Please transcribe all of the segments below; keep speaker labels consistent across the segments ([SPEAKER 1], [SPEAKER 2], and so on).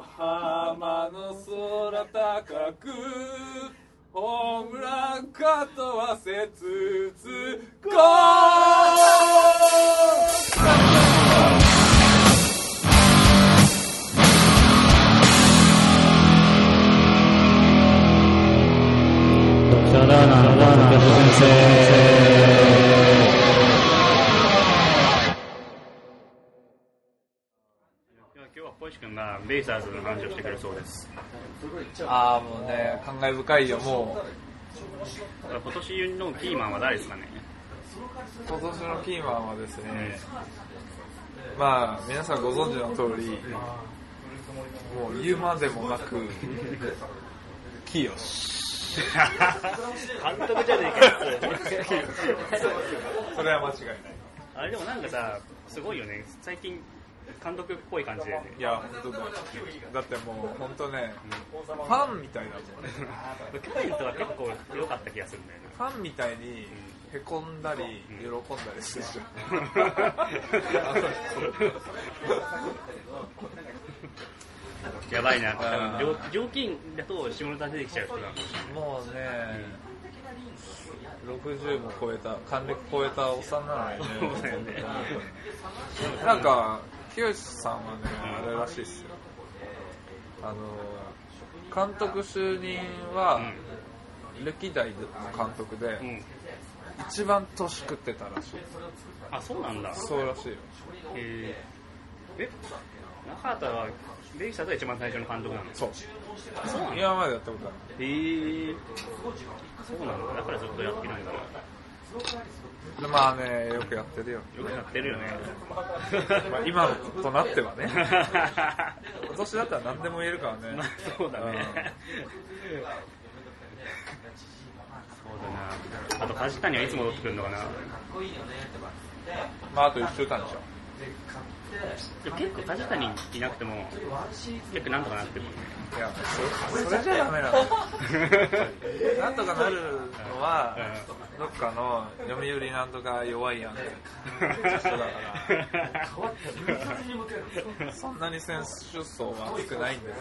[SPEAKER 1] 浜の空高くホームランかとはせつつゴー
[SPEAKER 2] ドクターラーナーのラーナー先生。
[SPEAKER 3] 今日はポイシ君がベイスターズの話をしてくれるそうです。
[SPEAKER 1] ああもうね感慨深いよも
[SPEAKER 3] 今年のキーマンは誰ですかね。
[SPEAKER 1] う今年のキーマンはです ねまあ皆さんご存知の通りもう言うまでもなくキヨシ
[SPEAKER 3] 監督じゃねえかよ
[SPEAKER 1] それは間違いない
[SPEAKER 3] あれでもなんかさ、すごいよね。最近監督っぽい感じで、ね。
[SPEAKER 1] いや本当だだってもう本当ねファンみたいだもんね
[SPEAKER 3] 去年とは結構良かった気がするんだよね。
[SPEAKER 1] ファンみたいにへこんだり喜んだりしてるじ
[SPEAKER 3] やばいな。多分料料金だと下ネタ出てきちゃう人なのかもし
[SPEAKER 1] ゃんもうね60も超えた還暦超えたおっさんなのに
[SPEAKER 3] そうだよ
[SPEAKER 1] ね
[SPEAKER 3] ね
[SPEAKER 1] なんか清さんはねあれらしいっすよあの監督就任は歴代の監督で
[SPEAKER 3] れない。うん。
[SPEAKER 1] 一番年食ってたらしい
[SPEAKER 3] あ、そうなんだ。
[SPEAKER 1] そうらしいよ
[SPEAKER 3] えー、え、中畑はベイスターズが一番最初の監督なの。
[SPEAKER 1] そう
[SPEAKER 3] そうなんだ。
[SPEAKER 1] 今までやったことない
[SPEAKER 3] へえそうなんだだからずっとやってないんだよ
[SPEAKER 1] でまあねよくやってるよ
[SPEAKER 3] くやってるよね
[SPEAKER 1] まあ、今となってはね今
[SPEAKER 3] ま
[SPEAKER 1] 年だったら何でも言えるからね、
[SPEAKER 3] あそうだねそうだなあと梶谷はいつ戻ってくるのかな
[SPEAKER 1] まあ、あと1週間でしょ
[SPEAKER 3] でも結構梶谷いなくても結構なんとかなってるもんね
[SPEAKER 1] いやそれそれじゃダメなのなんとかなるのはどっかの読売なんとか弱いやん そうだからそんなに選手層は熱くないんで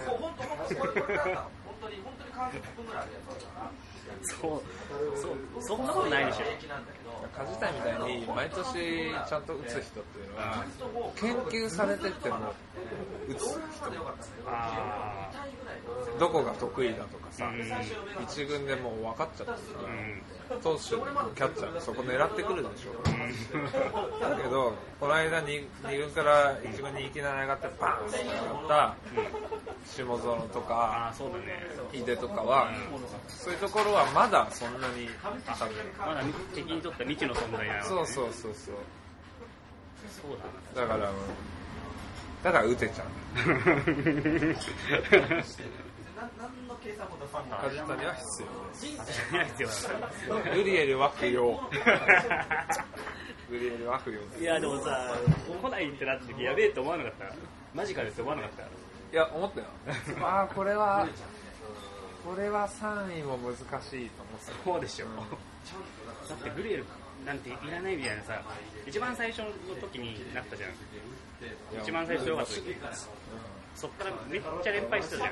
[SPEAKER 1] すよ
[SPEAKER 3] そうそうそんなことないでしょ
[SPEAKER 1] 梶谷みたいに毎年ちゃんと打つ人っていうのは研究されてっても打つ
[SPEAKER 3] あ
[SPEAKER 1] 人どこが得意だとか
[SPEAKER 3] あう
[SPEAKER 1] さ
[SPEAKER 3] ん
[SPEAKER 1] 一軍でもう分かっちゃってるから、
[SPEAKER 3] うん
[SPEAKER 1] 投手もキャッチャーもそこ狙ってくるでしょだけどこの間 2, 二軍から1軍にいきなり上がってバーンって上がった下園と
[SPEAKER 3] あ
[SPEAKER 1] か
[SPEAKER 3] あそうだね
[SPEAKER 1] 井出とかはそういうところはまだそんなに多分
[SPEAKER 3] まだ敵にとっては未知の存在なの
[SPEAKER 1] そう
[SPEAKER 3] う
[SPEAKER 1] そうそうそう
[SPEAKER 3] そうだ
[SPEAKER 1] だ
[SPEAKER 3] な
[SPEAKER 1] からだから打てちゃう梶谷は必要グリエルは不要グリエルは不要です
[SPEAKER 3] いやでもさ、来ないってなった時やべえと思わなかったマジかですって思わなかった
[SPEAKER 1] いや思ったよああこれはこれは3位も難しいと思って
[SPEAKER 3] そうでしょ。だってグリエルなんていらないみたいなさ、一番最初の時になったじゃん。
[SPEAKER 1] た
[SPEAKER 3] 一番最初良かった時。そっからめっちゃ連敗してたじゃ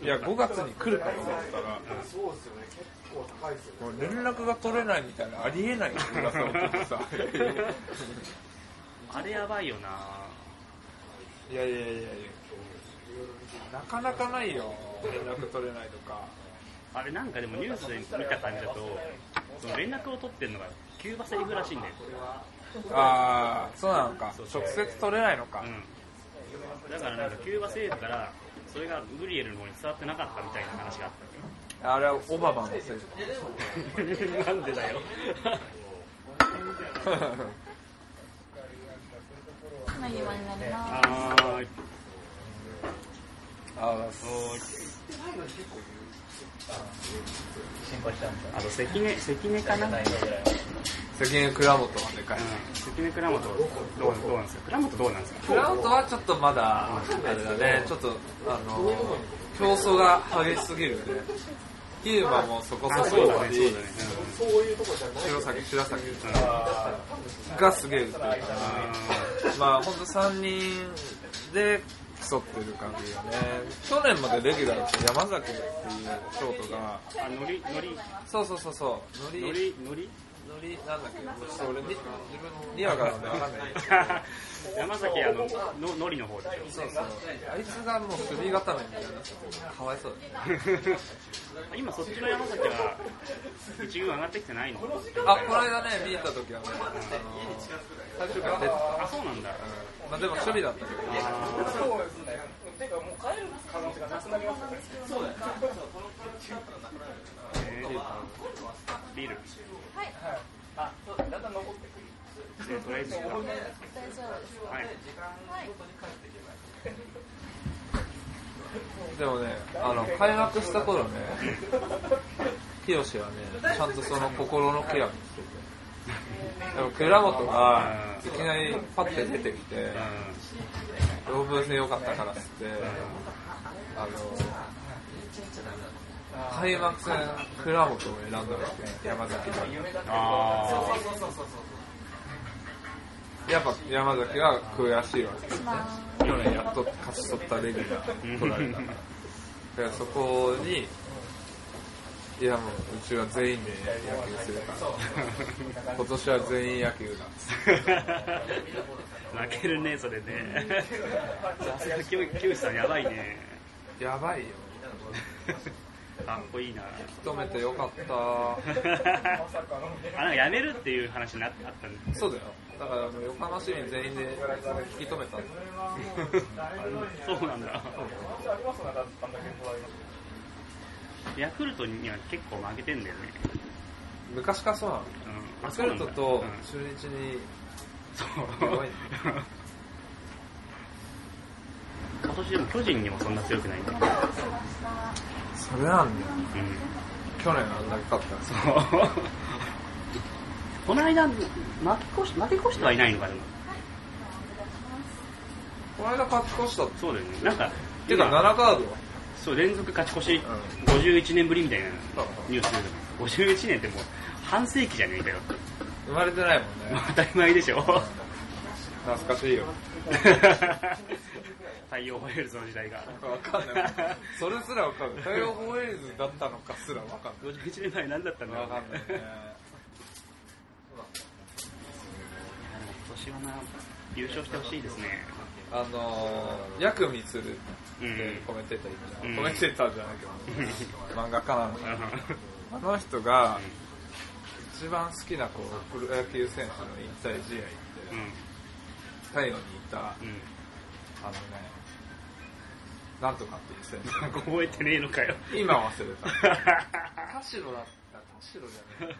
[SPEAKER 3] ん。
[SPEAKER 1] いや5月に来るかと思ったらそうですよね結構高いですよ、ね、連絡が取れないみたいなありえない噂を 聞いてさ
[SPEAKER 3] あれやばいよな。
[SPEAKER 1] いやいやいやいやなかなかないよ連絡取れないと か
[SPEAKER 3] あれなんかでもニュースで見た感じだと、その連絡を取ってるのがキューバセリフらしいんだよ。
[SPEAKER 1] ああそうなのか直接取れないのか、
[SPEAKER 3] うん。だからなんかキューバ政府から、それがグリエルの方に伝わってなかったみたいな話があった。
[SPEAKER 1] あれはオバマのせいじ
[SPEAKER 3] なんでだよ。
[SPEAKER 1] ゃん
[SPEAKER 4] 今言わになりま
[SPEAKER 3] はーい。
[SPEAKER 1] ああ
[SPEAKER 3] あと関根、関根かな。うん。
[SPEAKER 1] 関根倉本はでかい、
[SPEAKER 3] 関根倉本、どう、どうなんですか。倉本どうなんですか。
[SPEAKER 1] クラウドはちょっとまだ、あれだね、ちょっと、あの競争が激しすぎるよね。ヒューマもそこそこだし、白崎、白崎がすげえ打ってるから、まあ本当3人で競ってる感じがね去年までレギュラーって山崎っていうショートが
[SPEAKER 3] あのりのり
[SPEAKER 1] そうそうそうそうの
[SPEAKER 3] の
[SPEAKER 1] り
[SPEAKER 3] りのり
[SPEAKER 1] のりなんだっけちょっと俺に自分にわからんでわかんない
[SPEAKER 3] 山崎あのののりの方でし
[SPEAKER 1] そ
[SPEAKER 3] ょ
[SPEAKER 1] うそうあいつがもう首固めみたいになっちゃってかわいそうだね
[SPEAKER 3] 今そっちの山崎は一軍上がってきてないの
[SPEAKER 1] あこの間ね見た時はねあの最終回出てた
[SPEAKER 3] あそうなんだ
[SPEAKER 1] まあでも処理だったけどね
[SPEAKER 3] えービールはいあとりあえず時間はい
[SPEAKER 4] 大丈夫
[SPEAKER 1] でも
[SPEAKER 4] です。はい。
[SPEAKER 1] ね、あの、開幕した頃ね、きよしはね、ちゃんとその心のケアもしてて。でも、倉本が、いきなりパッて出てきて、オープン戦良かったからっつって、あの、開幕戦、倉本を選んだわけ、山崎が。
[SPEAKER 3] うんあ
[SPEAKER 1] やっぱ山崎は悔しいわけです
[SPEAKER 4] し
[SPEAKER 1] ね。
[SPEAKER 4] ます。
[SPEAKER 1] 去年やっと勝ち取ったレギュラー取られたから。だからそこに、いやもう、うちは全員で野球するから、今年は全員野球だっつっ
[SPEAKER 3] ー 泣けるねそれねさすがきよきよしさんやばいね
[SPEAKER 1] て。やばいよ。
[SPEAKER 3] かっこいいな
[SPEAKER 1] 止めてよかった。
[SPEAKER 3] あなんかやめるっていう話になあったんで
[SPEAKER 1] そうだよ。だからもう横浜市民全員で引き止めたんだよ
[SPEAKER 3] そうなんだヤクルトには結構負けてんだよね、
[SPEAKER 1] 昔からそうなの。
[SPEAKER 3] うん、
[SPEAKER 1] ヤクルトと
[SPEAKER 3] うん
[SPEAKER 1] 中日に、
[SPEAKER 3] そう
[SPEAKER 1] 弱いね
[SPEAKER 3] 今年でも巨人にもそんな強くないんだよ、
[SPEAKER 1] それなんだよ。
[SPEAKER 3] うん、
[SPEAKER 1] 去年あんだけ勝ったんですよ。
[SPEAKER 3] そう この間負け越し負け越してはいないのかでも
[SPEAKER 1] この間勝ち越したって。
[SPEAKER 3] そうだよねなんか
[SPEAKER 1] てか
[SPEAKER 3] 今
[SPEAKER 1] 7カードは。
[SPEAKER 3] そう連続勝ち越し
[SPEAKER 1] う
[SPEAKER 3] 51年ぶりみたいな
[SPEAKER 1] そう
[SPEAKER 3] ニュースで51年ってもう半世紀じゃねえかよ
[SPEAKER 1] 生まれてないもんね。
[SPEAKER 3] 当たり前でしょ
[SPEAKER 1] 懐かしいよ。
[SPEAKER 3] 太陽ホエールズの時代が
[SPEAKER 1] わかんない。 それすらわかんない。太陽ホエールズだったのかすらわかんな
[SPEAKER 3] 51年前何だったん
[SPEAKER 1] い。
[SPEAKER 3] だろ
[SPEAKER 1] わ
[SPEAKER 3] う
[SPEAKER 1] かんないね。
[SPEAKER 3] 今年はな優勝してほしいですね
[SPEAKER 1] あのー、ヤクミツルって
[SPEAKER 3] うん
[SPEAKER 1] コメンテーターいるじゃん。
[SPEAKER 3] うん
[SPEAKER 1] コメンテーターじゃないけど、漫画家なのかな。あの人が、一番好きなこうプロ野球選手の引退試合って、
[SPEAKER 3] うん
[SPEAKER 1] タイのにいた、あ
[SPEAKER 3] うん
[SPEAKER 1] のね、なんとかっていう選
[SPEAKER 3] なんか覚えてねえの かよ
[SPEAKER 1] 手。今忘れた。田代だった。田代じゃない。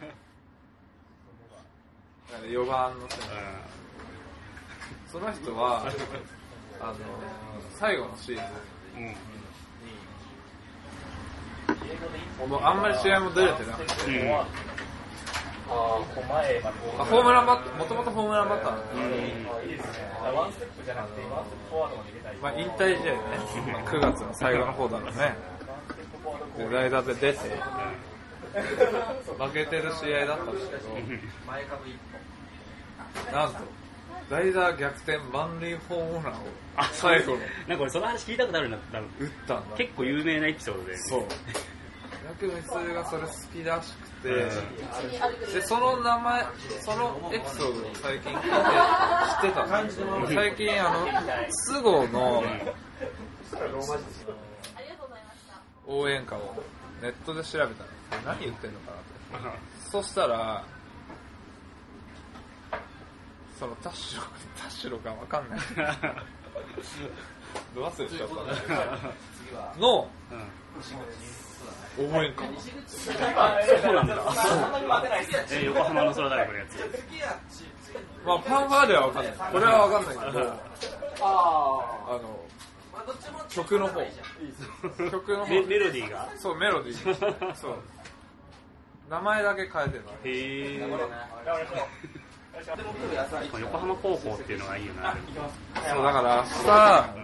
[SPEAKER 1] あれ4番の選手。その人は、あの、最後のシーズ
[SPEAKER 3] うんうん
[SPEAKER 1] ン、あんまり試合も出れてなくて、
[SPEAKER 3] うん
[SPEAKER 1] あホームランバッター、もともとホームランバッターなんだけど、まあ、引退試合ね、まあ、9月の最後の方だろうね。で、代打で出て、負けてる試合だったんですけど、なんと、代打逆転満塁ホームランを
[SPEAKER 3] あ
[SPEAKER 1] 最後の
[SPEAKER 3] なんか俺その話聞いたことあるな多分
[SPEAKER 1] 打ったんだ。
[SPEAKER 3] 結構有名なエピソードで
[SPEAKER 1] そう。薬物がそれ好きらしくて、
[SPEAKER 4] うん
[SPEAKER 1] で、その名前、そのエピソードを最近聞いて、知ってたの最近、あの、都合の
[SPEAKER 4] ありがとうございました。
[SPEAKER 1] 応援歌をネットで調べたの。何言ってんのかなって。そしたら、その田代、田代かわかんない。ど忘れしちゃったの応援歌。
[SPEAKER 3] そうなんだえ横浜の空だらけのやつ
[SPEAKER 1] まあ、パンファーではわかんない。これはわかんないけど、あの、曲の方。曲の方
[SPEAKER 3] メメロディーが
[SPEAKER 1] そう、メロディー。そう。名前だけ変えてるの
[SPEAKER 3] へえ横浜高校っていうのがいいよな
[SPEAKER 1] そう、だから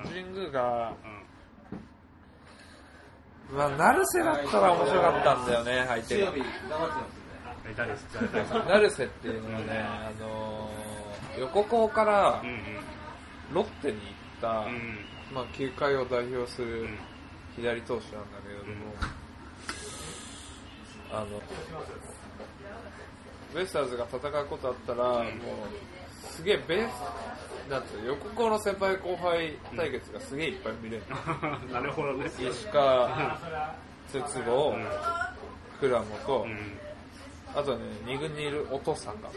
[SPEAKER 1] 明日、神宮が、まあ、成瀬だったら面白かったんだよね、相手が。
[SPEAKER 3] え誰です誰誰
[SPEAKER 1] 成瀬っていうのはね、あのー、横高から
[SPEAKER 3] うん
[SPEAKER 1] ロッテに行った
[SPEAKER 3] うんうん
[SPEAKER 1] まあ、球界を代表す
[SPEAKER 3] う
[SPEAKER 1] る
[SPEAKER 3] ん
[SPEAKER 1] 左投手なんだけれども、あの、ベイスターズが戦うことあったら、もう、すげえベース、なんていうの横校の先輩後輩対決がすげえいっぱい見れる。
[SPEAKER 3] なるほどね。
[SPEAKER 1] 石川、鉄
[SPEAKER 3] う
[SPEAKER 1] 棒
[SPEAKER 3] ん。、
[SPEAKER 1] 倉本
[SPEAKER 3] う
[SPEAKER 1] と、
[SPEAKER 3] ん。
[SPEAKER 1] あとね、二軍にいるお父さんが、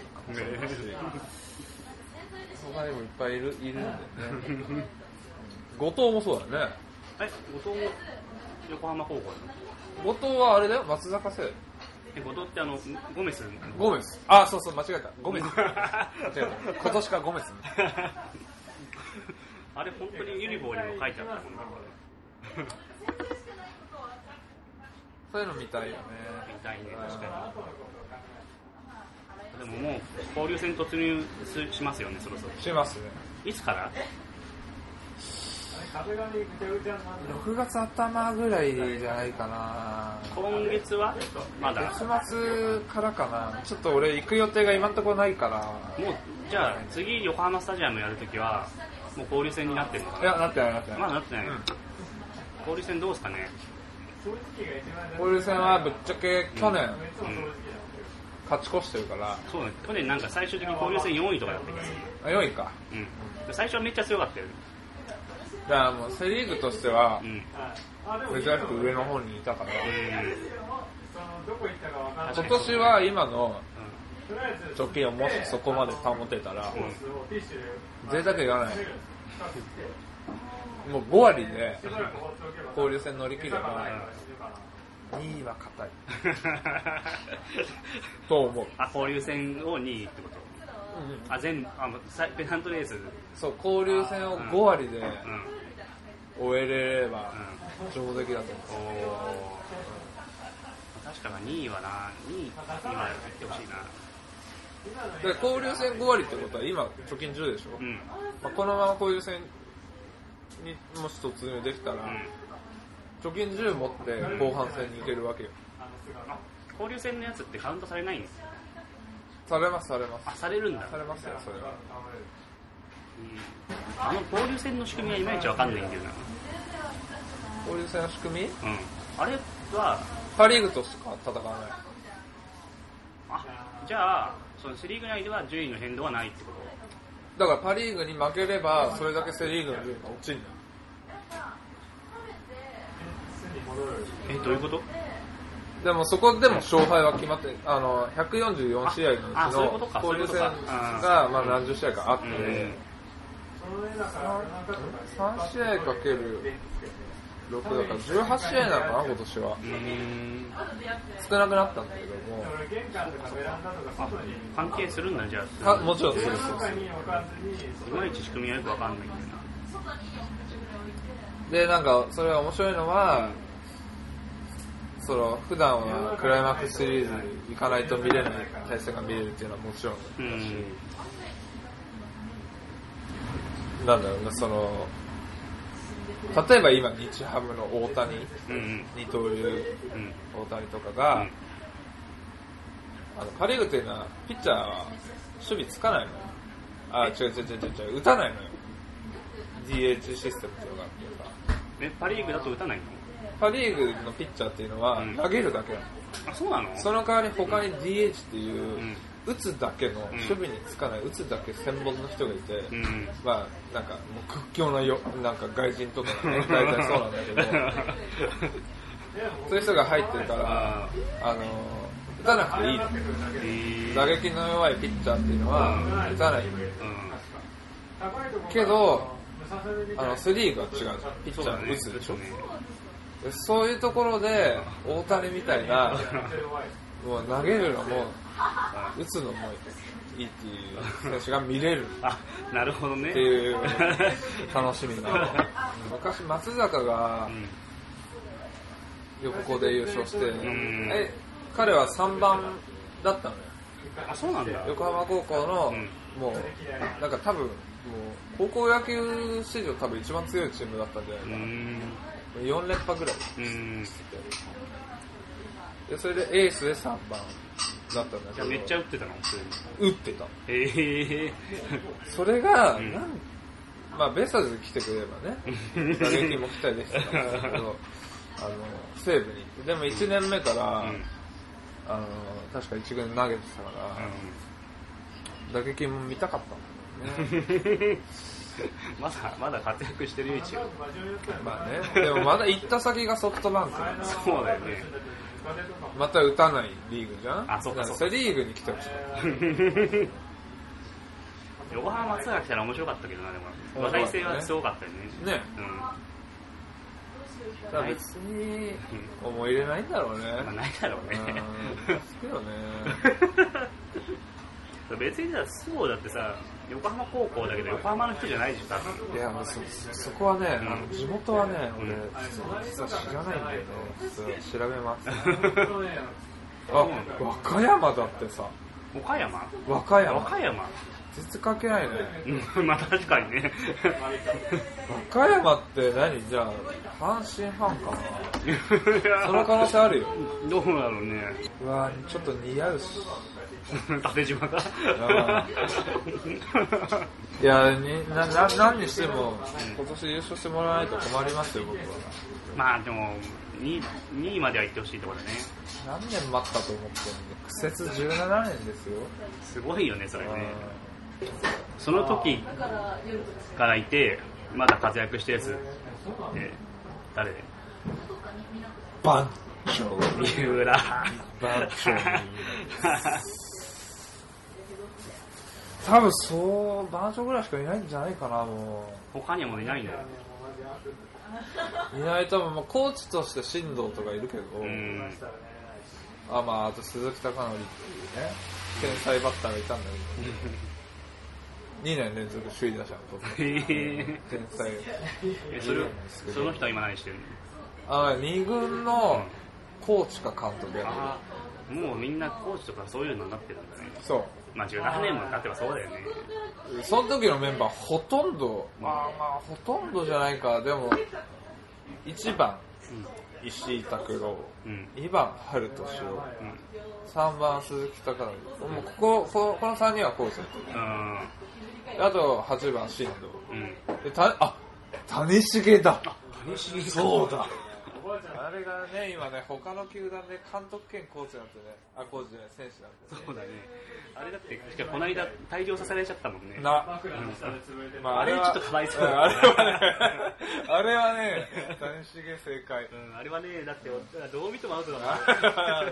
[SPEAKER 1] 他にもいっぱいいるいるんだよね。 後藤もそうだよね。
[SPEAKER 3] え、後藤も横浜高校な
[SPEAKER 1] 後
[SPEAKER 3] の
[SPEAKER 1] 藤はあれだよ、松坂世代。
[SPEAKER 3] え、後藤ってあの、ゴメス
[SPEAKER 1] ゴメス。あ、そうそう、間違えた。ゴ メス。間違えた。今年からゴメスね。
[SPEAKER 3] あれ、本当にユニフォームにも書いてあったもんだか
[SPEAKER 1] そういうの見たいよね。
[SPEAKER 3] ら、見たいね、確かに。でももう、交流戦突入すしますよね、そろそろ。
[SPEAKER 1] しますね。
[SPEAKER 3] いつから
[SPEAKER 1] 6月頭ぐらいじゃないかな。
[SPEAKER 3] 今月はまだ。
[SPEAKER 1] 月末からかな。ちょっと俺行く予定が今んところないから。
[SPEAKER 3] もう、じゃあ、次、横浜スタジアムやるときは、もう交流戦になってるのか
[SPEAKER 1] いや、なってないなってな。
[SPEAKER 3] ないまだなってない。
[SPEAKER 1] うん
[SPEAKER 3] 交流戦どうですかね
[SPEAKER 1] 交流戦はぶっちゃけ去年
[SPEAKER 3] うん。
[SPEAKER 1] 勝ち越してるから、
[SPEAKER 3] そうね、去年なんか最終的に交流戦4位とかだった気がする。
[SPEAKER 1] あ4位か。
[SPEAKER 3] うん。最初はめっちゃ強かったよね。
[SPEAKER 1] だからもうセリーグとしては
[SPEAKER 3] うん。うん。
[SPEAKER 1] 珍しく上の方にいたから、今年は今の貯金をもしそこまで保てたら、贅沢言わない。もう5割で交流戦乗り切れば、2位は硬い。と思う。
[SPEAKER 3] あ、交流戦を2位ってことあ、全、あの、さペナントレース。うん。
[SPEAKER 1] そう、交流戦を5割で
[SPEAKER 3] うん。
[SPEAKER 1] 終えれれば上出来だと思
[SPEAKER 3] おお。確かに2位はな、2位、今やってほしいな。
[SPEAKER 1] う。で交流戦5割ってことは今貯金10でしょ、
[SPEAKER 3] うん。
[SPEAKER 1] まあ、このまま交流戦にもし突入できたら、
[SPEAKER 3] う
[SPEAKER 1] 貯金10持って後半戦に行けるわけよ。
[SPEAKER 3] ん。交流戦のやつってカウントされないんです
[SPEAKER 1] されます、されます
[SPEAKER 3] あ、。されるんだ。
[SPEAKER 1] されますよ、それは。
[SPEAKER 3] うんあの交流戦の仕組みはいまいちわかんないんだよな。
[SPEAKER 1] 交流戦の仕組み
[SPEAKER 3] うん。あれは、
[SPEAKER 1] パ・リーグとしか戦わない。
[SPEAKER 3] あ、じゃあ、そのセリーグ内では順位の変動はないってこと
[SPEAKER 1] だからパ・リーグに負ければ、それだけセ・リーグの順位が落ちるんだよ。
[SPEAKER 3] え、どういうこと
[SPEAKER 1] でもそこでも勝敗は決まって、あの、144試合
[SPEAKER 3] ああそういう
[SPEAKER 1] のう
[SPEAKER 3] こと
[SPEAKER 1] ち
[SPEAKER 3] か
[SPEAKER 1] の交流戦
[SPEAKER 3] そういうことか
[SPEAKER 1] が、まあ何十試合かあって
[SPEAKER 3] う、ん。
[SPEAKER 1] 3試合かける6だから18試合なのかな、今年は
[SPEAKER 3] う。ん。
[SPEAKER 1] 少なくなったんだけども。
[SPEAKER 3] あ、関係するんだ、じゃあ。
[SPEAKER 1] あ、もちろんそうです。そうです
[SPEAKER 3] いまいち仕組みはよくわかんないんだよな。
[SPEAKER 1] で、なんか、それが面白いのは、その、普段はクライマックスシリーズに行かないと見れない対戦が見れるっていうのはもちろん
[SPEAKER 3] うん。
[SPEAKER 1] なんだろうな、その、例えば今、日ハムの大谷、
[SPEAKER 3] うん。
[SPEAKER 1] 二刀流
[SPEAKER 3] うん。
[SPEAKER 1] 大谷とかが、
[SPEAKER 3] うん
[SPEAKER 1] あのパ・リーグっていうのは、ピッチャーは守備つかないのよ。あ、違う違う違う違う、打たないのよ。DH システムっていうのがあって
[SPEAKER 3] え、パリーグだと打たないの
[SPEAKER 1] さ、パ・リーグのピッチャーっていうのは
[SPEAKER 3] うん、
[SPEAKER 1] 投げるだけなの。
[SPEAKER 3] あ、そうなの
[SPEAKER 1] その代わり他に DH っていう、
[SPEAKER 3] うん
[SPEAKER 1] 打つだけの、守備につかない、打つだけ専門の人がいて、
[SPEAKER 3] うん。
[SPEAKER 1] まあ、なんか、もう屈強なよ、なんか外人とか がね、大体そうなんだけど、そういう人が入ってるから、
[SPEAKER 3] あ
[SPEAKER 1] あの、打たなくていいの。
[SPEAKER 3] ーえー
[SPEAKER 1] 打撃の弱いピッチャーっていうのは、打たない。
[SPEAKER 3] う
[SPEAKER 1] けど、あの、セリーグは違うじゃん。ピ
[SPEAKER 3] ん。
[SPEAKER 1] ッ
[SPEAKER 3] そ
[SPEAKER 1] チ
[SPEAKER 3] う
[SPEAKER 1] ャ
[SPEAKER 3] だ
[SPEAKER 1] ー
[SPEAKER 3] ね。
[SPEAKER 1] 打つでしょ。
[SPEAKER 3] ね。
[SPEAKER 1] でそういうところで、大谷みたいな、もう投げるのも、打つのもいいっていう選手が見れる。
[SPEAKER 3] あ、なるほどね。
[SPEAKER 1] っていう 楽しみが昔松坂が
[SPEAKER 3] うん。
[SPEAKER 1] 横こで優勝して、
[SPEAKER 3] ん
[SPEAKER 1] え彼は3番だったのよ
[SPEAKER 3] あ、そうなんだ。
[SPEAKER 1] 横浜高校の、
[SPEAKER 3] うん
[SPEAKER 1] もうなんか多分もう高校野球史上多分一番強いチームだったんじゃないうかな、
[SPEAKER 3] ん。
[SPEAKER 1] 4連覇ぐらい
[SPEAKER 3] うん。
[SPEAKER 1] でそれでエースで3番だったんだけ
[SPEAKER 3] じゃ
[SPEAKER 1] ど
[SPEAKER 3] あめっちゃ打ってたの普通に。
[SPEAKER 1] 打ってた
[SPEAKER 3] ええ
[SPEAKER 1] それが、
[SPEAKER 3] うん
[SPEAKER 1] なんまあ、ベイスターズに来てくれればね、打撃も期待できてたんですけ ど、あの、西武に行って、でも1年目から、
[SPEAKER 3] うん
[SPEAKER 1] あの、確か1軍投げてたから、打撃も見たかった んだよね。
[SPEAKER 3] まだまだ活躍してるよ一応
[SPEAKER 1] まあね、でもまだ行った先がソフトバンクなんですよ
[SPEAKER 3] そうだよね
[SPEAKER 1] また打たないリーグじゃん
[SPEAKER 3] あそうかそうか
[SPEAKER 1] れリーグに来てほしかった。
[SPEAKER 3] 横浜松が来たら面白かったけどなでも話題性はすごかったよね
[SPEAKER 1] ね
[SPEAKER 3] うん
[SPEAKER 1] ただ別に思い入れないんだろうね。
[SPEAKER 3] まあないだろうね
[SPEAKER 1] うん好きよね。
[SPEAKER 3] 別にだそうだってさ横浜高校だけど横浜の人じゃないでしょ 多分
[SPEAKER 1] いや、もうそ、そこはね、あの地元はね、俺、
[SPEAKER 3] うん
[SPEAKER 1] 実は知らないんだよね。実は調べ ます。
[SPEAKER 3] 岡
[SPEAKER 1] あ、和歌山だってさ、
[SPEAKER 3] 山
[SPEAKER 1] 和歌山。
[SPEAKER 3] 和歌山
[SPEAKER 1] 全然関係ないね。
[SPEAKER 3] うんまあ確かにね
[SPEAKER 1] 和歌山って何じゃあ、阪神ファンかなその可能性あるよ。
[SPEAKER 3] どうだろうね
[SPEAKER 1] うわちょっと似合うし。
[SPEAKER 3] 縦島が
[SPEAKER 1] いや、にな、な、何にしても、今年優勝してもらわないと困りますよ、僕は。
[SPEAKER 3] まあでも 2, 2位までは行ってほしいところだね
[SPEAKER 1] 何年待ったと思ってんの苦節17年ですよ。
[SPEAKER 3] すごいよねそれね
[SPEAKER 1] う
[SPEAKER 3] その時からいてまだ活躍してるやつえ誰
[SPEAKER 1] ん番長。
[SPEAKER 3] 三浦
[SPEAKER 1] 番長。多分そう、番長ぐらいしかいないんじゃないかな、も
[SPEAKER 3] 他にはもういないんだよ
[SPEAKER 1] う。いないと思う。まあ、コーチとして進藤とかいるけど、
[SPEAKER 3] うん
[SPEAKER 1] あ、まあ、あと鈴木貴則っていうね、天才バッターがいたんだけど、2年連続首位打者を取って、
[SPEAKER 3] え
[SPEAKER 1] 天才。
[SPEAKER 3] えそれその人は今何してるの
[SPEAKER 1] あ二軍のコーチか監督やってる
[SPEAKER 3] ああもうみんなコーチとかそういうのになってるんだね
[SPEAKER 1] そ
[SPEAKER 3] まあ17年も経ってはそうだよね
[SPEAKER 1] うその時のメンバーほとんどまあまあほとんどじゃないかでも1番石井拓郎
[SPEAKER 3] うんうん
[SPEAKER 1] 2番春敏夫
[SPEAKER 3] うん
[SPEAKER 1] 3番鈴木隆則もうここここの3人はコーチだっ
[SPEAKER 3] うん
[SPEAKER 1] たあと8番進
[SPEAKER 3] うん
[SPEAKER 1] 藤でたあ谷繁だそうだあれがね今ね他の球団で監督兼コーチなんてねあコーチじゃない選手なんてね
[SPEAKER 3] そうだねあれだってしかもこの間大量させられちゃったもんね
[SPEAKER 1] なま
[SPEAKER 3] あれ
[SPEAKER 1] は
[SPEAKER 3] ちょっとかわいそうん
[SPEAKER 1] あれはね、あれはね、谷繁正解
[SPEAKER 3] う。んあれはねだってどう見てもアウトだも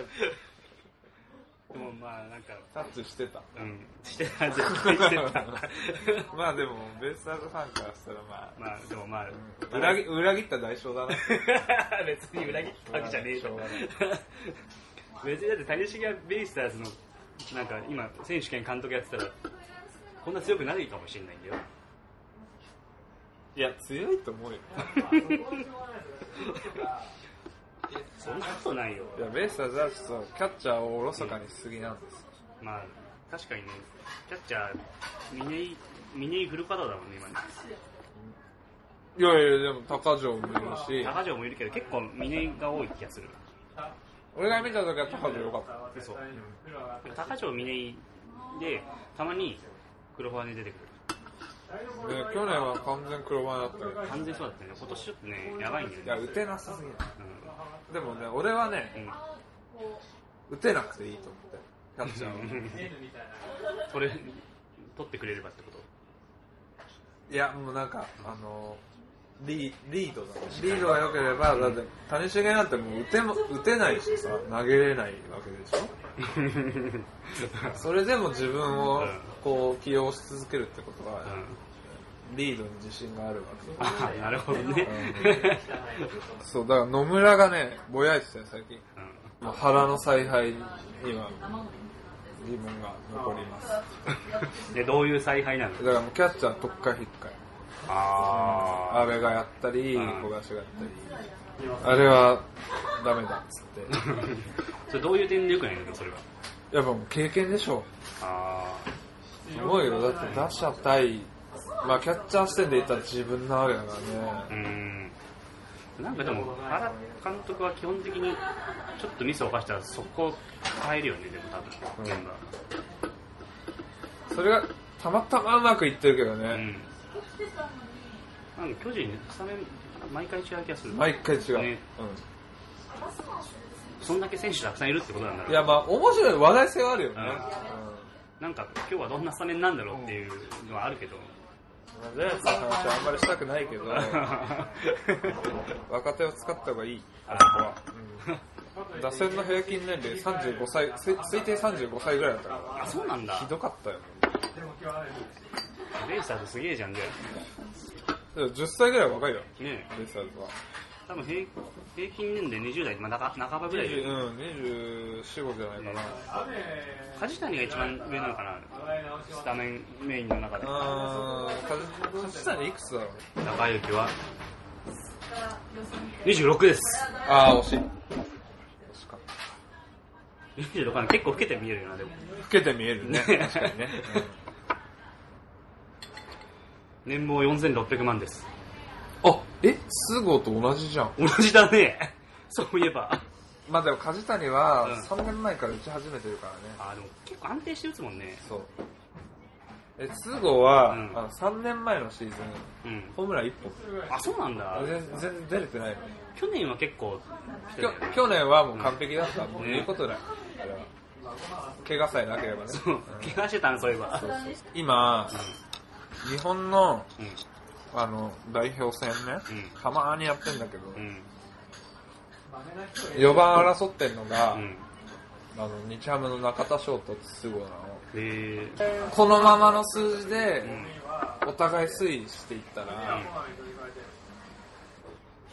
[SPEAKER 3] んでもまあなんか
[SPEAKER 1] タッチしてた。
[SPEAKER 3] うんしてた絶対してた
[SPEAKER 1] まあでも、ベイスターズファンからしたらま
[SPEAKER 3] まあでもまあ
[SPEAKER 1] あ、裏切裏切った代償だな。
[SPEAKER 3] 別に裏切ったわけじゃねえ
[SPEAKER 1] しょうがない
[SPEAKER 3] と別にだって谷繁がベイスターズのなんか今選手権監督やってたらこんな強くなるかもしれないんだよ
[SPEAKER 1] いや、強いと思うよ。
[SPEAKER 3] そんなことないよ
[SPEAKER 1] いや、ベイスターズはちょっとキャッチャーをおろそかにしすぎなんですよ。
[SPEAKER 3] まあ確かにねキャッチャー峰井峰井フルパターだもんね今ね
[SPEAKER 1] いやいや、でも高城もいるし、
[SPEAKER 3] 高城もいるけど結構峰井が多い気がする
[SPEAKER 1] 俺が見た時は高城良かった。
[SPEAKER 3] 嘘高城峰井でたまに黒ファーに出てくる
[SPEAKER 1] ね、去年は完全黒番だったけど。
[SPEAKER 3] 完全そうだったよね今年ちょっとねやばいんだよね
[SPEAKER 1] いや、打てなさすぎる。でもね、俺はね、
[SPEAKER 3] うん、うん
[SPEAKER 1] 打てなくていいと思って。キャッチャーは。
[SPEAKER 3] それ取ってくれればって こと
[SPEAKER 1] いや、もうなんか、あのリリードだね。リードが良ければ、だって、谷繁なんてもう打ても打てないしさ、投げれないわけでしょそれでも自分を
[SPEAKER 3] うん
[SPEAKER 1] こう起用し続けるってことは、
[SPEAKER 3] う
[SPEAKER 1] リードに自信があるわけ。
[SPEAKER 3] あなるほどね、
[SPEAKER 1] そう、だから野村がね、ぼやいてたよ、最近。
[SPEAKER 3] う
[SPEAKER 1] まあ、腹の采配には疑問が残ります。だか
[SPEAKER 3] ん、 でどういう采配なの
[SPEAKER 1] らもうキャッチャー特化引っかい。
[SPEAKER 3] あ
[SPEAKER 1] 阿部がやったり、
[SPEAKER 3] うん
[SPEAKER 1] 小林がやったり。あれはダメだっつって。
[SPEAKER 3] それどういう点でよくないのそれは
[SPEAKER 1] やっぱもう経験でしょ
[SPEAKER 3] あ
[SPEAKER 1] すごいよだって打者対まあキャッチャー視点で言ったら自分なわけだから
[SPEAKER 3] あう
[SPEAKER 1] ね
[SPEAKER 3] んなんかでも原監督は基本的にちょっとミスを犯したらそこ変えるよねでも多
[SPEAKER 1] う
[SPEAKER 3] 分
[SPEAKER 1] ん
[SPEAKER 3] メンバ
[SPEAKER 1] それがたまたまうまくいってるけど
[SPEAKER 3] ーう
[SPEAKER 1] ね、
[SPEAKER 3] んなんか巨人、スタメン、毎回違う気がする。
[SPEAKER 1] 毎回違う、
[SPEAKER 3] ねそんだけ選手たくさんいるってことなんだ
[SPEAKER 1] う
[SPEAKER 3] ろ
[SPEAKER 1] ん、
[SPEAKER 3] う
[SPEAKER 1] いやまあ面白い話題性はあるよね、
[SPEAKER 3] うん
[SPEAKER 1] うん
[SPEAKER 3] なんか今日はどんなスタメンなんだろうっていうのはあるけど。
[SPEAKER 1] まあジャイアンツの話はあんまりしたくないけど若手を使った方がいい、
[SPEAKER 3] あそこは。
[SPEAKER 1] うん、打線の平均年齢35歳推推定35歳ぐらいだったか
[SPEAKER 3] あ、そうなんだ
[SPEAKER 1] らひ。どかったよ
[SPEAKER 3] ベイスターズすげえじゃん、じゃ
[SPEAKER 1] でも10歳ぐらい若いよ
[SPEAKER 3] あ。ね
[SPEAKER 1] ベイスターズは
[SPEAKER 3] 多分平平均年齢20代、まあなか、半ばぐらいで
[SPEAKER 1] 20うん245じゃないかな
[SPEAKER 3] 梶谷が一番上なのかな、スタメンメインの中で。
[SPEAKER 1] あー梶谷いくつだろう
[SPEAKER 3] 中行は26です。
[SPEAKER 1] ああ惜しい惜しかった
[SPEAKER 3] 26は結構老けて見えるよな、でも。
[SPEAKER 1] 老けて見えるね確かにね、
[SPEAKER 3] 年俸4600万です。
[SPEAKER 1] うん、あえ菅生と同じじゃん
[SPEAKER 3] 同じだね。 そういえば。
[SPEAKER 1] まあでも梶谷
[SPEAKER 3] うん
[SPEAKER 1] は3年前から打ち始めてるからね、
[SPEAKER 3] あでも結構安定して打つもんね。
[SPEAKER 1] そうえ筒香は、
[SPEAKER 3] うん
[SPEAKER 1] あの3年前のシーズン
[SPEAKER 3] うん。
[SPEAKER 1] ホームラン1本
[SPEAKER 3] あ、そうなんだ
[SPEAKER 1] あ。全全然出れてないの
[SPEAKER 3] 去年は結構来て
[SPEAKER 1] きょ
[SPEAKER 3] たよね
[SPEAKER 1] 去年はもう完璧だった、もう
[SPEAKER 3] ね
[SPEAKER 1] 言うことない怪我さえなければね
[SPEAKER 3] そう怪我してたね、そういえば。
[SPEAKER 1] そうそう今日本の
[SPEAKER 3] うん。
[SPEAKER 1] あの代表戦ね、
[SPEAKER 3] うん
[SPEAKER 1] たまーにやってんだけど、
[SPEAKER 3] うん。
[SPEAKER 1] 4番争ってんのが、
[SPEAKER 3] うん。
[SPEAKER 1] あの日ハムの中田翔と筒香なの
[SPEAKER 3] え
[SPEAKER 1] このままの数字で、
[SPEAKER 3] ー、うん。
[SPEAKER 1] お互い推移していったら、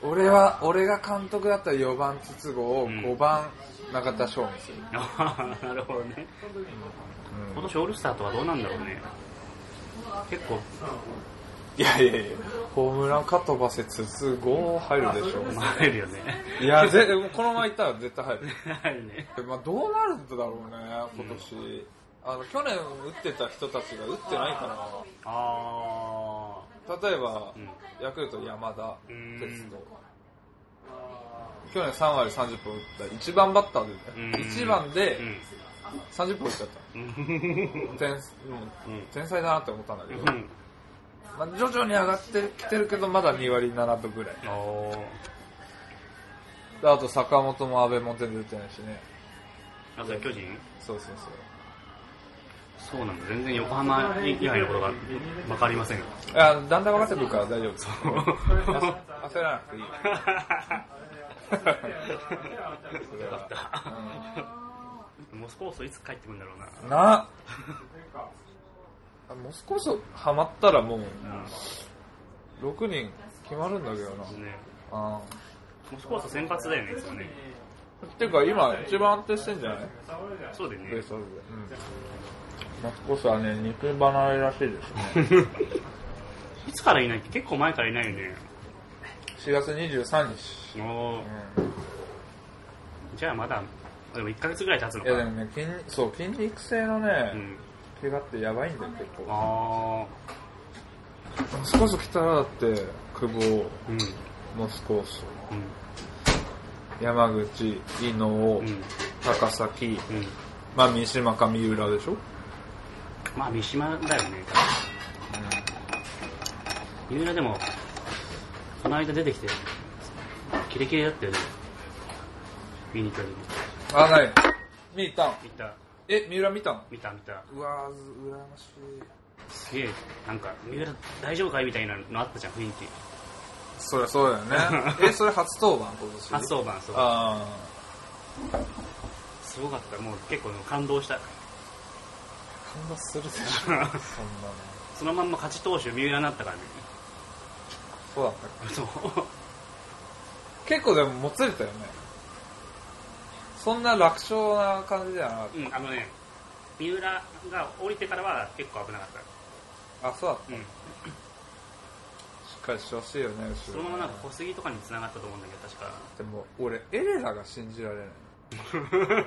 [SPEAKER 1] 俺は俺が監督だったら4番筒香を
[SPEAKER 3] うん
[SPEAKER 1] 5番中田翔にする、
[SPEAKER 3] あーなるほどね。今年オールスターとはどうなんだろうね。結構、
[SPEAKER 1] いやいやいやホームランか飛ばせ筒香入るでしょ
[SPEAKER 3] 回るよね。
[SPEAKER 1] いやぜもうこのままいったら絶対入る、
[SPEAKER 3] はいね。
[SPEAKER 1] まあ、どうなるんだろうね今年、あの去年打ってた人たちが打ってないか
[SPEAKER 3] あ
[SPEAKER 1] な例えば
[SPEAKER 3] ー。う、ん。
[SPEAKER 1] ヤクルト山田
[SPEAKER 3] うん
[SPEAKER 1] 鉄道去年3割30本打った1番バッターで、
[SPEAKER 3] うん
[SPEAKER 1] 1番で
[SPEAKER 3] うん
[SPEAKER 1] 30本打っちゃった
[SPEAKER 3] うん
[SPEAKER 1] 天もう天才だなって思ったんだけど、
[SPEAKER 3] うん
[SPEAKER 1] まあ、徐々に上がってきてるけどまだ2割7分ぐらいで
[SPEAKER 3] おー
[SPEAKER 1] あと坂本も阿部も全然打ってないしね
[SPEAKER 3] あと巨人
[SPEAKER 1] そうそう
[SPEAKER 3] そうなんだ全然横浜以外のことが分かりませんよ
[SPEAKER 1] そういやだんだん分かってくるから大丈夫ですあ焦らなくていいよ
[SPEAKER 3] よかったモスコースいつ帰ってくるんだろうな
[SPEAKER 1] うんなあもう少しハマったらもう6人決まるんだけどな
[SPEAKER 3] ね
[SPEAKER 1] あ
[SPEAKER 3] モスコース先発だよねいつもね
[SPEAKER 1] ーっていうか今一番安定してんじゃない
[SPEAKER 3] そうだよ
[SPEAKER 1] ベー
[SPEAKER 3] ね
[SPEAKER 1] スボールで。マスコスはね、肉離れらしいですね。
[SPEAKER 3] いつからいないって結構前からいないよね
[SPEAKER 1] 4月23日。
[SPEAKER 3] おー
[SPEAKER 1] う
[SPEAKER 3] じゃあまだでも1ヶ月ぐらい経つの
[SPEAKER 1] ん、いや
[SPEAKER 3] か
[SPEAKER 1] でもね筋そう筋肉性のね、
[SPEAKER 3] うん
[SPEAKER 1] 怪我ってやばいんだよ結構
[SPEAKER 3] あ
[SPEAKER 1] マスコース来たらだって久保
[SPEAKER 3] ーうん
[SPEAKER 1] マスコース
[SPEAKER 3] うん
[SPEAKER 1] 山口伊野、
[SPEAKER 3] うん
[SPEAKER 1] 高崎、
[SPEAKER 3] うん
[SPEAKER 1] まあ、三島か三浦でしょ、
[SPEAKER 3] まあ三島だよね三浦でもこの間出てきてキレキレだったよね見に行った
[SPEAKER 1] あ
[SPEAKER 3] 時
[SPEAKER 1] ない見たん
[SPEAKER 3] 見た
[SPEAKER 1] え三浦見たん
[SPEAKER 3] 見た見た
[SPEAKER 1] うわーず羨ましい
[SPEAKER 3] すげえなんか三浦大丈夫かいみたいなのあったじゃん雰囲気
[SPEAKER 1] そりゃそうだよね えそれ初登板今年
[SPEAKER 3] 初登板そう
[SPEAKER 1] あ
[SPEAKER 3] すごかったもう結構感動した
[SPEAKER 1] あ感動するで しょそんなの
[SPEAKER 3] そのまんま勝ち投手三浦になったからね
[SPEAKER 1] そうだったっ
[SPEAKER 3] そう
[SPEAKER 1] け結構でももつれたよねそんな楽勝な感じではなかっ
[SPEAKER 3] うんあのね三浦が降りてからは結構危なかった
[SPEAKER 1] あそうだった
[SPEAKER 3] たうん
[SPEAKER 1] しっかりしてほしいよね
[SPEAKER 3] そ
[SPEAKER 1] 後
[SPEAKER 3] の
[SPEAKER 1] ろ
[SPEAKER 3] ままなんか小杉とかに繋がったと思うんだけど確か
[SPEAKER 1] でも俺エレラが信じられな い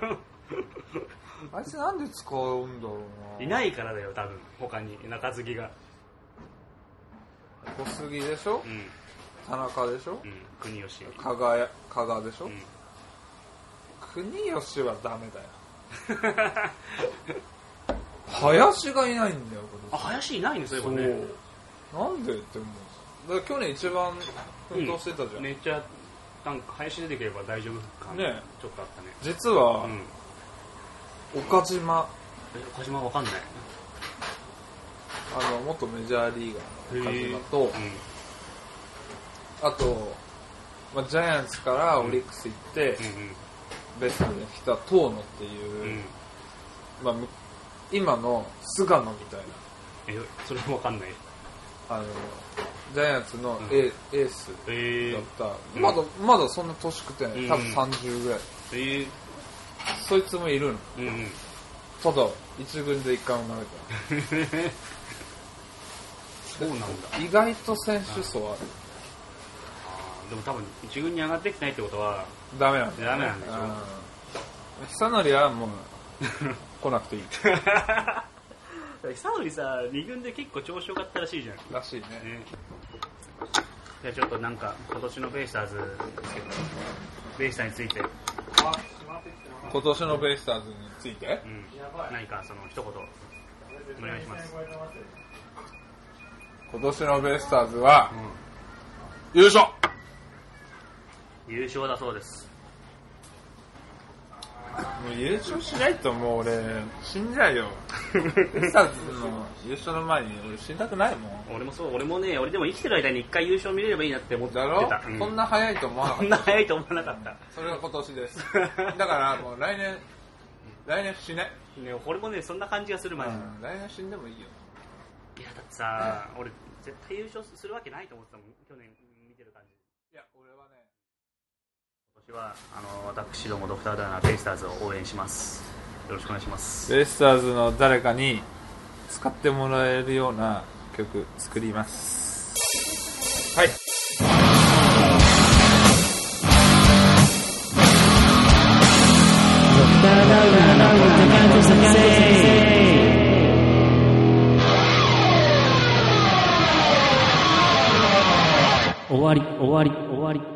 [SPEAKER 1] あいつなんで使うんだろうない
[SPEAKER 3] ないからだよ多分他に中継ぎが
[SPEAKER 1] 小杉でしょ
[SPEAKER 3] うん
[SPEAKER 1] 田中でしょ
[SPEAKER 3] うん国吉
[SPEAKER 1] 加賀や加賀でしょ、
[SPEAKER 3] うん
[SPEAKER 1] 国吉はダメだよ林がいないんだよ
[SPEAKER 3] あ、林いないね、そういえば
[SPEAKER 1] 今年
[SPEAKER 3] ね。
[SPEAKER 1] そうなんでって思うから去年一番奮闘してたじゃん、
[SPEAKER 3] めっちゃなんか配信出てくれば大丈夫感、
[SPEAKER 1] ね
[SPEAKER 3] ちょっとあったね
[SPEAKER 1] 実は
[SPEAKER 3] う、ん
[SPEAKER 1] 岡島
[SPEAKER 3] え小島わかんない
[SPEAKER 1] あの元メジャーリーガーの岡島と、あと、まあ、ジャイアンツからオリックス行って、
[SPEAKER 3] う
[SPEAKER 1] ベストに来た遠野っていう、
[SPEAKER 3] んうんうん
[SPEAKER 1] まあ、む今の菅野みたい
[SPEAKER 3] えそれもわかんない
[SPEAKER 1] なあのジャイアンツのエ,、エース
[SPEAKER 3] え
[SPEAKER 1] だっ
[SPEAKER 3] ー、
[SPEAKER 1] た
[SPEAKER 3] うん
[SPEAKER 1] まだまだそんな年食ってない多分
[SPEAKER 3] うん
[SPEAKER 1] 30ぐらい、
[SPEAKER 3] えー、
[SPEAKER 1] そいつもいるの
[SPEAKER 3] うんうん
[SPEAKER 1] ただ一軍で一回も投げ
[SPEAKER 3] そうなんだ
[SPEAKER 1] た意外と選手層は
[SPEAKER 3] あーでも多分一軍に上がってきてないってこと は
[SPEAKER 1] ダメなんだ
[SPEAKER 3] ダメなんでしょ
[SPEAKER 1] うん久典はもう来なくていい
[SPEAKER 3] 久典さ二軍で結構調子良かったらしいじゃん
[SPEAKER 1] らしいね
[SPEAKER 3] ねじゃあちょっとなんか今年のベイスターズですけどベイスターについて、
[SPEAKER 1] 今年のベイスターズについて
[SPEAKER 3] うん、何かその一言お願いします、
[SPEAKER 1] 今年のベイスターズは優勝
[SPEAKER 3] 優勝だそうです
[SPEAKER 1] もう優勝しないともう俺死んじゃう よベイスターズの優勝の前に俺死んだくないもん
[SPEAKER 3] 俺もそう俺もね俺でも生きてる間に一回優勝見れればいいなって思って
[SPEAKER 1] だ
[SPEAKER 3] た
[SPEAKER 1] ろ、
[SPEAKER 3] うん
[SPEAKER 1] こんな早いと思わなか
[SPEAKER 3] こ
[SPEAKER 1] っ
[SPEAKER 3] んな早いと思わなかった
[SPEAKER 1] たそれが今年 ですだからもう来年来年死ね、
[SPEAKER 3] ね、俺もねそんな感じがするマジで、
[SPEAKER 1] うん来年死んでもいいよ
[SPEAKER 3] いやだって さ、俺絶対優勝するわけないと思ってたもん去年見てる感じ
[SPEAKER 1] いや俺はね
[SPEAKER 3] 今年はあの私どもドクターダーナベイスターズを応援しますよろしくお願いします
[SPEAKER 1] ベイスターズの誰かに使ってもらえるような曲作りますはい
[SPEAKER 2] 終わり終わり終わり